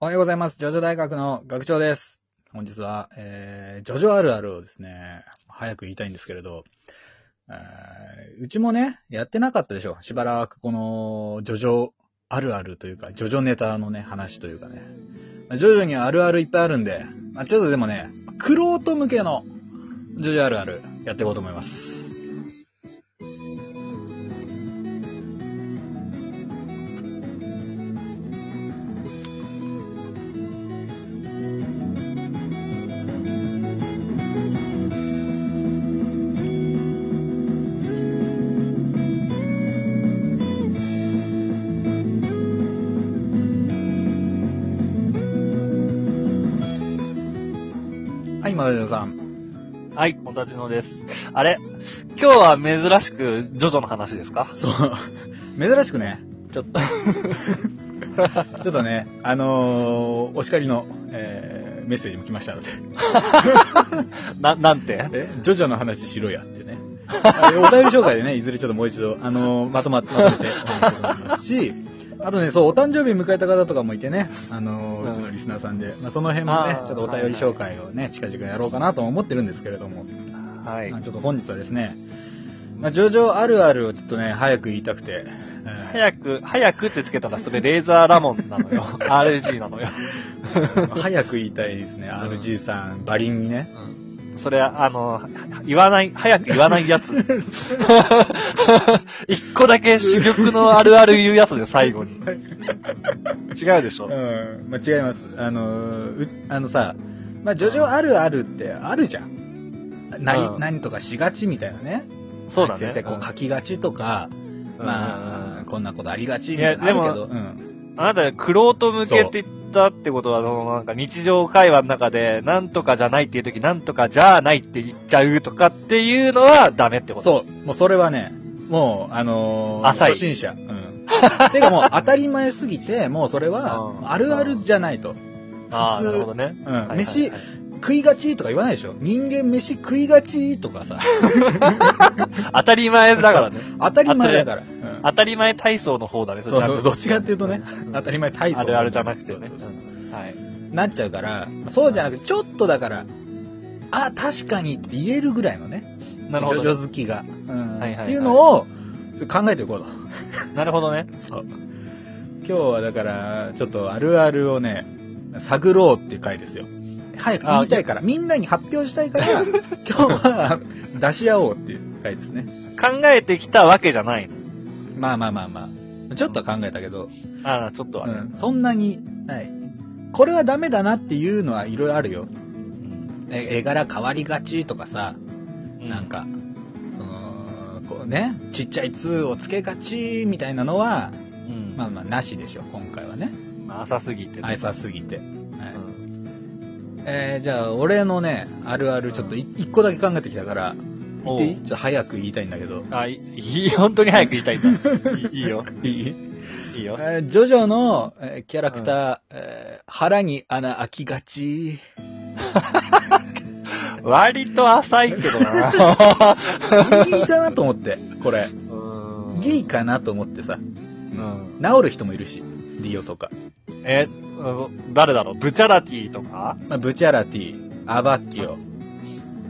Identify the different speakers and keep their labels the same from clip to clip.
Speaker 1: おはようございます。ジョジョ大学の学長です。本日は、えー、ジョジョあるあるをですね、早く言いたいんですけれど、えーうちもね、やってなかったでしょ。しばらくこの、ジョジョあるあるというか、ジョジョネタのね、話というかね。ジョジョにあるあるいっぱいあるんで、まあ、ちょっとでもね、クロート向けの、ジョジョあるある、やっていこうと思います。はい、マダジョさん。
Speaker 2: はい、本田ちのです。あれ今日は珍しく、ジョジョの話ですか
Speaker 1: そう。珍しくね、ちょっ と。ちょっとね、あのーお叱りの、えーメッセージも来ましたので。
Speaker 2: な、なんて
Speaker 1: え、ジョジョの話しろやってね。あれお便り紹介でね、いずれちょっともう一度、あのーまとまって、まとめてお話ししますし、あとね、そう、お誕生日迎えた方とかもいてね、あのーうちのリスナーさんで、まあ、その辺もね
Speaker 2: あ、ー
Speaker 1: ちょっとお便り紹介をね、近々やろうかなとも思ってるんですけれども、
Speaker 2: はい
Speaker 1: まあ。ちょっと本日はですね、まあ、ジョジョあるあるをちょっとね、早く言いたくて、えー
Speaker 2: 早く、早くってつけたら、それレーザーラモンな のよ。RG なのよ。
Speaker 1: 早く言いたいですね、RG さん、バリンにね。
Speaker 2: それ、あの、言わない、早く言わない やつ。一個だけ珠玉のあるある言うやつで、最 後に。違うでしょ
Speaker 1: うん、間違います。あのー、うあのさ、まあ、ジョジョあるあるってあるじゃん。何、
Speaker 2: うん
Speaker 1: 何とかしがちみたいなね。
Speaker 2: そうだね。
Speaker 1: 先生、こう書きがちとか、
Speaker 2: うん
Speaker 1: まあ、こんなことありがちみ
Speaker 2: い
Speaker 1: た
Speaker 2: や
Speaker 1: いなのあるけど、うん。
Speaker 2: あなた、クロート向けって言ったってことは、その、なんか日常会話の中で、なんとかじゃないっていう時、なんとかじゃないって言っちゃうとかっていうのはダメってこと。
Speaker 1: そう、もうそれはね、もう、あのー
Speaker 2: 浅い
Speaker 1: 初心者。うん。てかもう当たり前すぎて、もうそれ
Speaker 2: う
Speaker 1: は、
Speaker 2: ん
Speaker 1: あるあるじゃないと。
Speaker 2: ああ、
Speaker 1: 普通
Speaker 2: なるほどね。
Speaker 1: うん。
Speaker 2: はいはいはい
Speaker 1: 飯、食いがちとか言わないでしょ人間飯食いがちとかさ、
Speaker 2: 当たり前だからね。
Speaker 1: 当たり前だから。うん
Speaker 2: 当たり前体操の方だね、
Speaker 1: そうそう、どっちか
Speaker 2: が
Speaker 1: っていうとね、当たり前体操。
Speaker 2: あるあるじゃなくてね
Speaker 1: そうそう。そ
Speaker 2: はい。
Speaker 1: うなっちゃうから、そうじゃなくて、ちょっとだから、あ、確かにって言えるぐらいのね、
Speaker 2: なるほ
Speaker 1: ジョ
Speaker 2: ど
Speaker 1: ジ
Speaker 2: ね。
Speaker 1: ョ好きが、うん
Speaker 2: はいはいはい
Speaker 1: っていうのを考えていこうと。
Speaker 2: なるほどね。
Speaker 1: そう。今日はだから、ちょっとあるあるをね、探ろうっていう回ですよ。早く言いたいから、みんなに発表したい から、今日は出し合おうっていう回ですね。
Speaker 2: 考えてきたわけじゃないの。
Speaker 1: まあまあまあまあ。ちょっとは考えたけど、
Speaker 2: ああ、ちょっとはね。
Speaker 1: うんそんなに、はい。これはダメだなっていうのはいろいろあるよ。え絵柄変わりがちとかさ、
Speaker 2: う
Speaker 1: なん。か、その、こうね、ちっちゃい2をつけがちみたいなのは、
Speaker 2: うん。
Speaker 1: ま
Speaker 2: ま
Speaker 1: あまあなしでしょ、今回はね。
Speaker 2: あ、浅すぎてね。
Speaker 1: 愛さすぎて。はい
Speaker 2: うん
Speaker 1: えー、じゃあ、俺のね、あるある、ちょっとい一個だけ考えてきたから、言っていい
Speaker 2: おう
Speaker 1: ちょっと早く言いたいんだけど。
Speaker 2: あ、いい、本当に早く言い たいんだ。いいいいよ。
Speaker 1: いい
Speaker 2: いい
Speaker 1: え
Speaker 2: よ。
Speaker 1: ージョジョの、えーキャラクター、えー腹に穴開きがち。
Speaker 2: 割と浅いけどな。
Speaker 1: ギリかなと思って、これ。 ギリかなと思ってさ。
Speaker 2: ん
Speaker 1: 治る人もいるし、ディオとか。
Speaker 2: え、うん誰だろうブチャラティとか
Speaker 1: まあ、ブチャラティ、アバッキオ。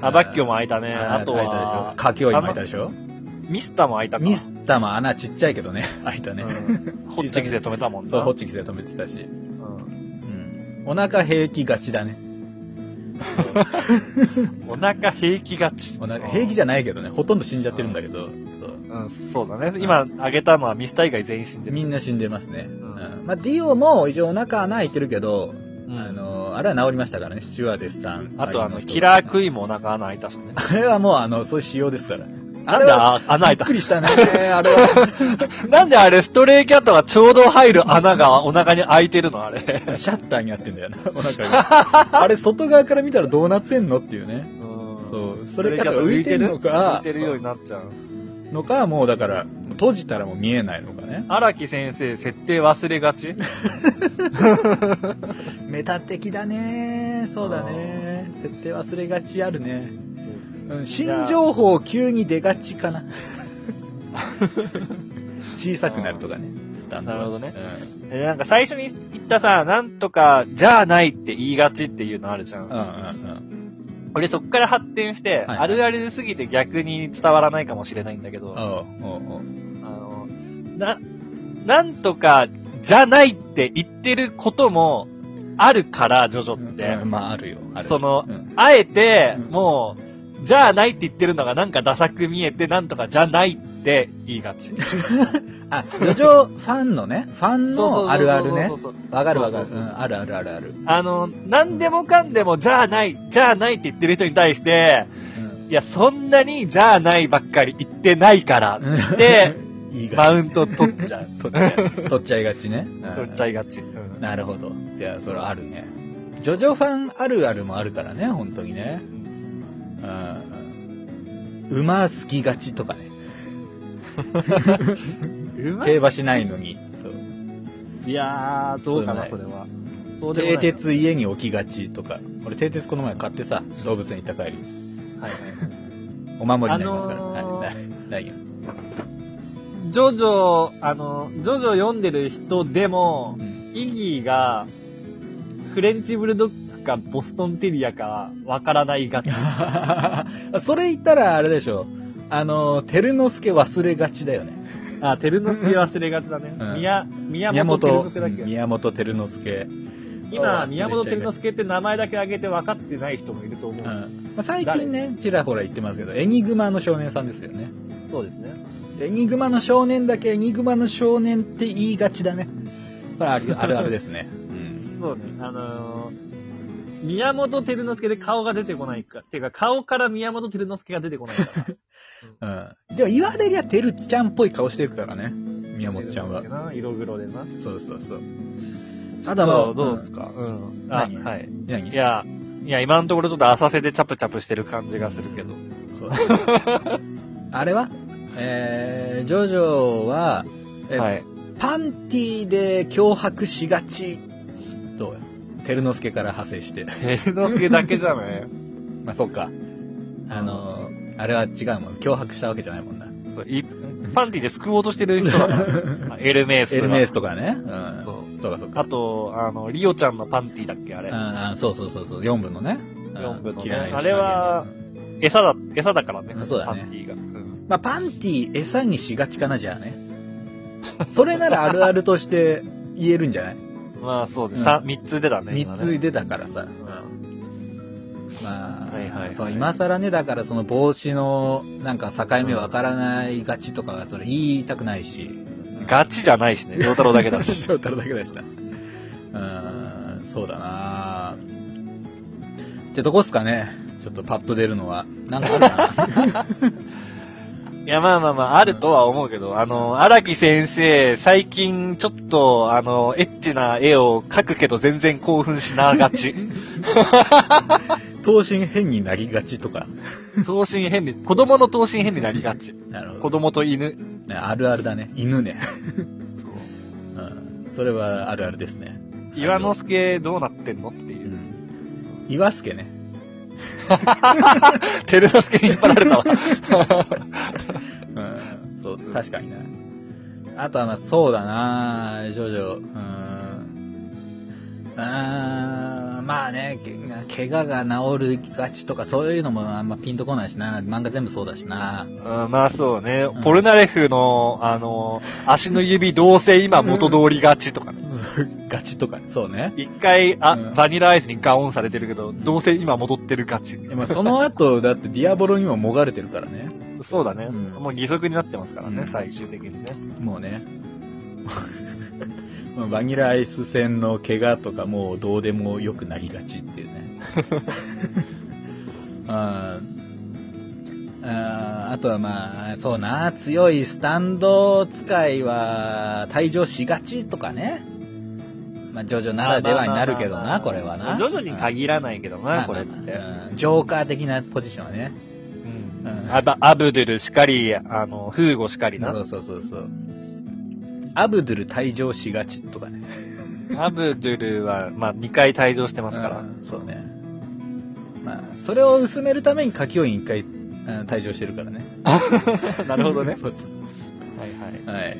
Speaker 2: アバッキョも開いたね。
Speaker 1: ー
Speaker 2: あと
Speaker 1: 開いたでしょ
Speaker 2: は、
Speaker 1: カキオイも開いたでしょ
Speaker 2: ミスタも開いたか。
Speaker 1: ミスターも穴ちっちゃいけどね、 開いたね。
Speaker 2: うんホッチキスで止めたもん な
Speaker 1: そう、ホッチキスで止めてたし。
Speaker 2: うん
Speaker 1: うん。お腹平気がちだね。
Speaker 2: お腹平気がち。
Speaker 1: お腹平気じゃ
Speaker 2: ん。
Speaker 1: ないけどね、ほとんど死んじゃってるんだけど、そう
Speaker 2: うん、そうだね。今、あげたのはミスタ以外全員死んでる。
Speaker 1: みんな死んでますね。うん
Speaker 2: ん
Speaker 1: まあ、ディオも一応お腹穴開いてるけど、
Speaker 2: うん
Speaker 1: あの、あれは治りましたからね、スチュワーデスさん。
Speaker 2: あと、あの、
Speaker 1: 人
Speaker 2: キラークイーンもお腹穴開いたしね。
Speaker 1: あれはもう、あの、そういう仕様ですから。あ
Speaker 2: なん
Speaker 1: れ
Speaker 2: で
Speaker 1: は、
Speaker 2: あ穴開い
Speaker 1: びったくりしたね、あれ は。
Speaker 2: なんであれ、ストレイキャットがちょうど入る穴がお腹に開いてるのあれ。
Speaker 1: シャッターになってんだよ な、お腹が。あれ、外側から見たらどうなってんのっていうね。そうそれキャットが浮いてるのか
Speaker 2: 浮いてるようになっちゃう。
Speaker 1: のか、もうだから、閉じたらもう見えないのかね。
Speaker 2: 荒木先生、設定忘れがち
Speaker 1: メタ的だね、そうだね。設定忘れがちあるね。うん新情報を急に出がちか な。小さくなるとかね、スタンドは。
Speaker 2: なるほどね
Speaker 1: うん
Speaker 2: でなんか最初に言ったさ、なんとかじゃあないって言いがちっていうのあるじゃ。
Speaker 1: うんうんん
Speaker 2: 俺そっから発展して、
Speaker 1: はい
Speaker 2: あるあるすぎて逆に伝わらないかもしれないんだけ
Speaker 1: う
Speaker 2: ど、
Speaker 1: ん。おうおうおう
Speaker 2: あの、な、なんとかじゃないって言ってることもあるから、ジョジョって。
Speaker 1: うんまあ、あるよ。ある。
Speaker 2: その
Speaker 1: うん
Speaker 2: あえて、
Speaker 1: うん
Speaker 2: もう、じゃあないって言ってるのがなんかダサく見えて、なんとかじゃないって言いがち。
Speaker 1: あ、ジョジョファンのね、ファン
Speaker 2: そうそうそうそう
Speaker 1: のあるあるね
Speaker 2: そう。そうそう
Speaker 1: わかるわかる。、
Speaker 2: そううそうそうん
Speaker 1: あるあるあるある。
Speaker 2: あの、なんでもかんでもじゃあない、じゃあないって言ってる人に対して、
Speaker 1: うん
Speaker 2: いや、そんなにじゃあないばっかり言ってないから、 で、
Speaker 1: いいが
Speaker 2: マウント取っちゃ う。
Speaker 1: 取っちゃい取っちゃいがちね。
Speaker 2: 取っちゃ
Speaker 1: い。
Speaker 2: いがち。うん
Speaker 1: なるほど。じゃあ、それあるね。ジョジョファンあるあるもあるからね、本当にね。うん。馬好きがちとかね。
Speaker 2: うまい
Speaker 1: 競馬しないのに。そう。
Speaker 2: いやー、どうかな、
Speaker 1: そ
Speaker 2: そうれは。そうでも
Speaker 1: 蹄
Speaker 2: ないな。
Speaker 1: 鉄家に置きがちとか。俺、蹄鉄この前買ってさ、動物園行った帰り。
Speaker 2: はいはい
Speaker 1: お守りになりますから。
Speaker 2: あのー
Speaker 1: はい。ないよ。
Speaker 2: ジョジョ、あの、ジョジョ読んでる人でも
Speaker 1: う、ん
Speaker 2: イギーが、フレンチブルドッグかボストンテリアかわからないがち。
Speaker 1: それ言ったら、あれでしょ。あのー、照之助忘れがちだよね。
Speaker 2: あ、照之助忘れがちだね。
Speaker 1: うん
Speaker 2: 宮、宮
Speaker 1: 宮
Speaker 2: 本照之
Speaker 1: 本、
Speaker 2: 助だっけ、
Speaker 1: 宮本照之助。
Speaker 2: 今、
Speaker 1: 忘れちゃいがち
Speaker 2: 宮本照之助って名前だけ挙げて分かってない人もいると思
Speaker 1: うん。
Speaker 2: う。
Speaker 1: まあ、最近ね、ちらほら言ってますけど、エニグマの少年さんですよね。
Speaker 2: そうですね。
Speaker 1: エニグマの少年だけエニグマの少年って言いがちだね。これあ るあるあるですね。うん。
Speaker 2: そうね。あのー、宮本照之助で顔が出てこないか。てか、顔から宮本照之助が出てこないから。
Speaker 1: うん。でも言われりゃてるちゃんっぽい顔してるからね。 宮本ちゃんは。
Speaker 2: は。色黒でな。
Speaker 1: そうそうそう。
Speaker 2: あ
Speaker 1: あ
Speaker 2: と
Speaker 1: と
Speaker 2: は
Speaker 1: は
Speaker 2: どうですかうん。あ、
Speaker 1: 何
Speaker 2: はい。
Speaker 1: 何
Speaker 2: いや、いや、今のところちょっと浅瀬でチャプチャプしてる感じがするけど。
Speaker 1: そうあれはえー、ジョジョは、え
Speaker 2: はい。
Speaker 1: パンティで脅迫しがち。どうよ。照之助から派生 して。
Speaker 2: 照之助だけじゃない
Speaker 1: まあ、そっか。あのー、あれは違うもん。脅迫したわけじゃないもんな。
Speaker 2: そういパンティで救おうとしてる人 だから。エルメースは。
Speaker 1: エルメースとかね。うん。そ
Speaker 2: そう
Speaker 1: うかそうか。
Speaker 2: あと、あの、リオちゃんのパンティだっけあれ。
Speaker 1: ああそうそうそうそう、4分のね。うん
Speaker 2: 四部のね
Speaker 1: 嫌いな人
Speaker 2: あれは餌だ、餌だからね。
Speaker 1: そうだね
Speaker 2: パンティが。うん
Speaker 1: まあ、パンティ餌にしがちかな、じゃあね。それならあるあるとして言えるんじゃ ない
Speaker 2: まあそうで
Speaker 1: うん
Speaker 2: す。三、三つ出たね。
Speaker 1: ?3 つ
Speaker 2: 出。
Speaker 1: 出たからさ。
Speaker 2: うん
Speaker 1: まあ、
Speaker 2: はいはいはい
Speaker 1: そう今更ね、だからその帽子のなんか境目わからないがちとかはそれ言いたくないし。
Speaker 2: ガチじゃないしね。陽太郎だけ だし。
Speaker 1: 翔太郎だけでした。うーん、そうだなってとこっすかね。ちょっとパッと出るのは。なんかあるか な
Speaker 2: いやまあまあまあ、あるとは思うけど、あの、荒木先生、最近ちょっと、あの、エッチな絵を描くけど全然興奮しなが ち。
Speaker 1: 頭身変になりがちとか。
Speaker 2: 等身変に、子供の等身変になりがち。
Speaker 1: なるほ
Speaker 2: 子
Speaker 1: ど。
Speaker 2: 供と犬。
Speaker 1: ねあるあるだね。犬ね。うん。それはあるあるですね。
Speaker 2: 岩之助どうなってんのっていう
Speaker 1: ん。
Speaker 2: う。
Speaker 1: 岩助ね。
Speaker 2: 照之助に引っ張られ たわ。
Speaker 1: うん。そう、確かにな。あとはまあ、そうだなジョジョ。うん。うーん。まあね、け怪我が治るがちとか、そういうのもあんまピンとこないしな。漫画全部そうだしな。
Speaker 2: うん、まあそうね
Speaker 1: うん。
Speaker 2: ポルナレフの、あの、足の指どうせ今元通りがちとかね。
Speaker 1: ガチとか、そうね。
Speaker 2: 一回、あ、
Speaker 1: うん
Speaker 2: バニラアイスにガオンされてるけど、どうせ今戻ってるがち。
Speaker 1: でもその後、だってディアボロにももがれてるからね。
Speaker 2: そうだね。
Speaker 1: うん
Speaker 2: もう義足になってますからね、
Speaker 1: うん
Speaker 2: 最終的にね。
Speaker 1: もうね。 まあバニラアイス戦の怪我とかもうどうでもよくなりがちっていう ね。うんあーあとはまあ、そうな、強いスタンド使いは退場しがちとかね。まあ、ジョジョならではになるけどな、これはな。
Speaker 2: 徐々に限らないけど
Speaker 1: まあ
Speaker 2: な、これっ
Speaker 1: まあ
Speaker 2: て。
Speaker 1: うんジョーカー的なポジションはね。
Speaker 2: うん
Speaker 1: うん
Speaker 2: アバアブドゥルしかり、あの、フーゴしかり
Speaker 1: そ
Speaker 2: な。
Speaker 1: うそうそうそう。アブドゥル退場しがちとかね。
Speaker 2: アブドゥルは、まあ、2回退場してますから。
Speaker 1: うんそうね。まあ、それを薄めるために夏季を一回、うん退場してるからね。
Speaker 2: な るほどね。
Speaker 1: そうそうそ
Speaker 2: はいはい。
Speaker 1: う。はい。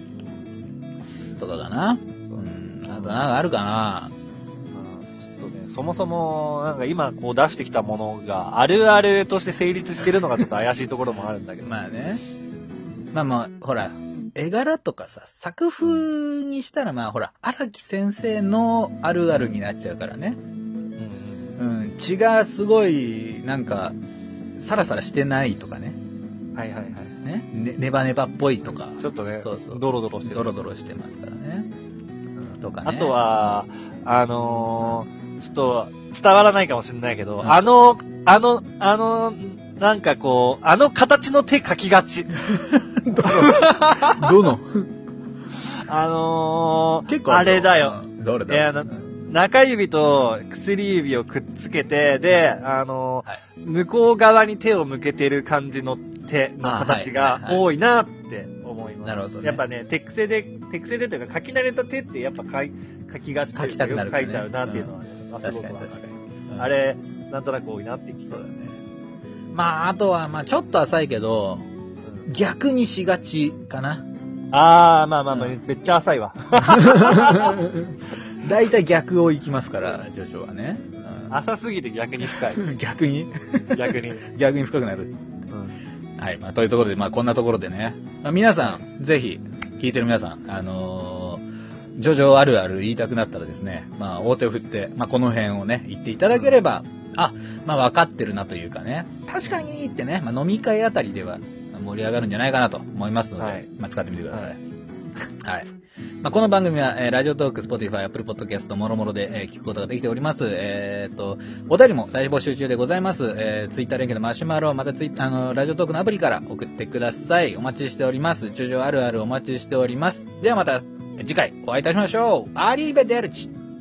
Speaker 1: とかだな。
Speaker 2: そう
Speaker 1: うんとなんかあるかな
Speaker 2: うんちょっとね、そもそも、なんか今こう出してきたものが、あるあるとして成立してるのがちょっと怪しいところもあるんだけど。
Speaker 1: まあね。まあまあ、ほら、絵柄とかさ、作風にしたらまあほら、荒木先生のあるあるになっちゃうからね。
Speaker 2: うん
Speaker 1: うん、血がすごい、なんか、サラサラしてないとかね。
Speaker 2: うん。はいはいはい。
Speaker 1: ね。ねネバネバっぽいとか。
Speaker 2: ちょっとね、
Speaker 1: そうそう
Speaker 2: ドロドロしてる。
Speaker 1: ドロドロしてますからね。うん、とかね。
Speaker 2: あ と、は、あのーちょっと伝わらないかもしれないけど、
Speaker 1: うん
Speaker 2: あの、あの、あの、なんかこう、あの形の手描きがち。
Speaker 1: どの
Speaker 2: あのー
Speaker 1: 結構
Speaker 2: あれだよ。。
Speaker 1: どれだ
Speaker 2: いやあの中指と薬指をくっつけて、で、あのー
Speaker 1: はい
Speaker 2: 向こう側に手を向けてる感じの手の形
Speaker 1: あはい
Speaker 2: が
Speaker 1: はいはい
Speaker 2: 多いなって思います。
Speaker 1: なるほどね
Speaker 2: やっぱね、手癖で、手癖でというか、書き慣れた手ってやっぱ書い書きがちという
Speaker 1: 書きたくなる
Speaker 2: よ
Speaker 1: から
Speaker 2: く書
Speaker 1: ね
Speaker 2: いちゃうなっていうのはね、まあすご
Speaker 1: 確
Speaker 2: く
Speaker 1: かに
Speaker 2: わかる
Speaker 1: 確かに。うん
Speaker 2: あれ、なんとなく多いなって気
Speaker 1: そう
Speaker 2: が
Speaker 1: だね。まあ、あとは、まあ、ちょっと浅いけど、
Speaker 2: うん
Speaker 1: 逆にしがちか な。
Speaker 2: あー、まあまあまあ、
Speaker 1: うん
Speaker 2: めっちゃ浅いわ。
Speaker 1: 大体逆を行きますから、ジョジョはね。うん
Speaker 2: 浅すぎて逆に深い。
Speaker 1: 逆に
Speaker 2: 逆に。
Speaker 1: 逆に深くなる。
Speaker 2: うん
Speaker 1: はい。まあ、というところで、まあ、こんなところでね。まあ、皆さん、ぜひ、聞いてる皆さん、あのージョジョあるある言いたくなったらですね、まあ、大手を振って、まあ、この辺をね、言っていただければ、あ、まあ、分かってるなというかね、確かにってね、まあ、飲み会あたりでは盛り上がるんじゃないかなと思いますので、
Speaker 2: はい
Speaker 1: まあ、使ってみてください。はい。まあ、この番組は、えーラジオトーク、スポティファイ、アップルポッドキャスト、もろもろで、えー聞くことができております。えーっと、お便りも大募集中でございます。えー、ツイッター連携のマシュマロ、またツイッあの、ラジオトークのアプリから送ってください。お待ちしております。ジョジョあるあるお待ちしております。ではまた、次回お会いいたしましょう。アリーベデルチ。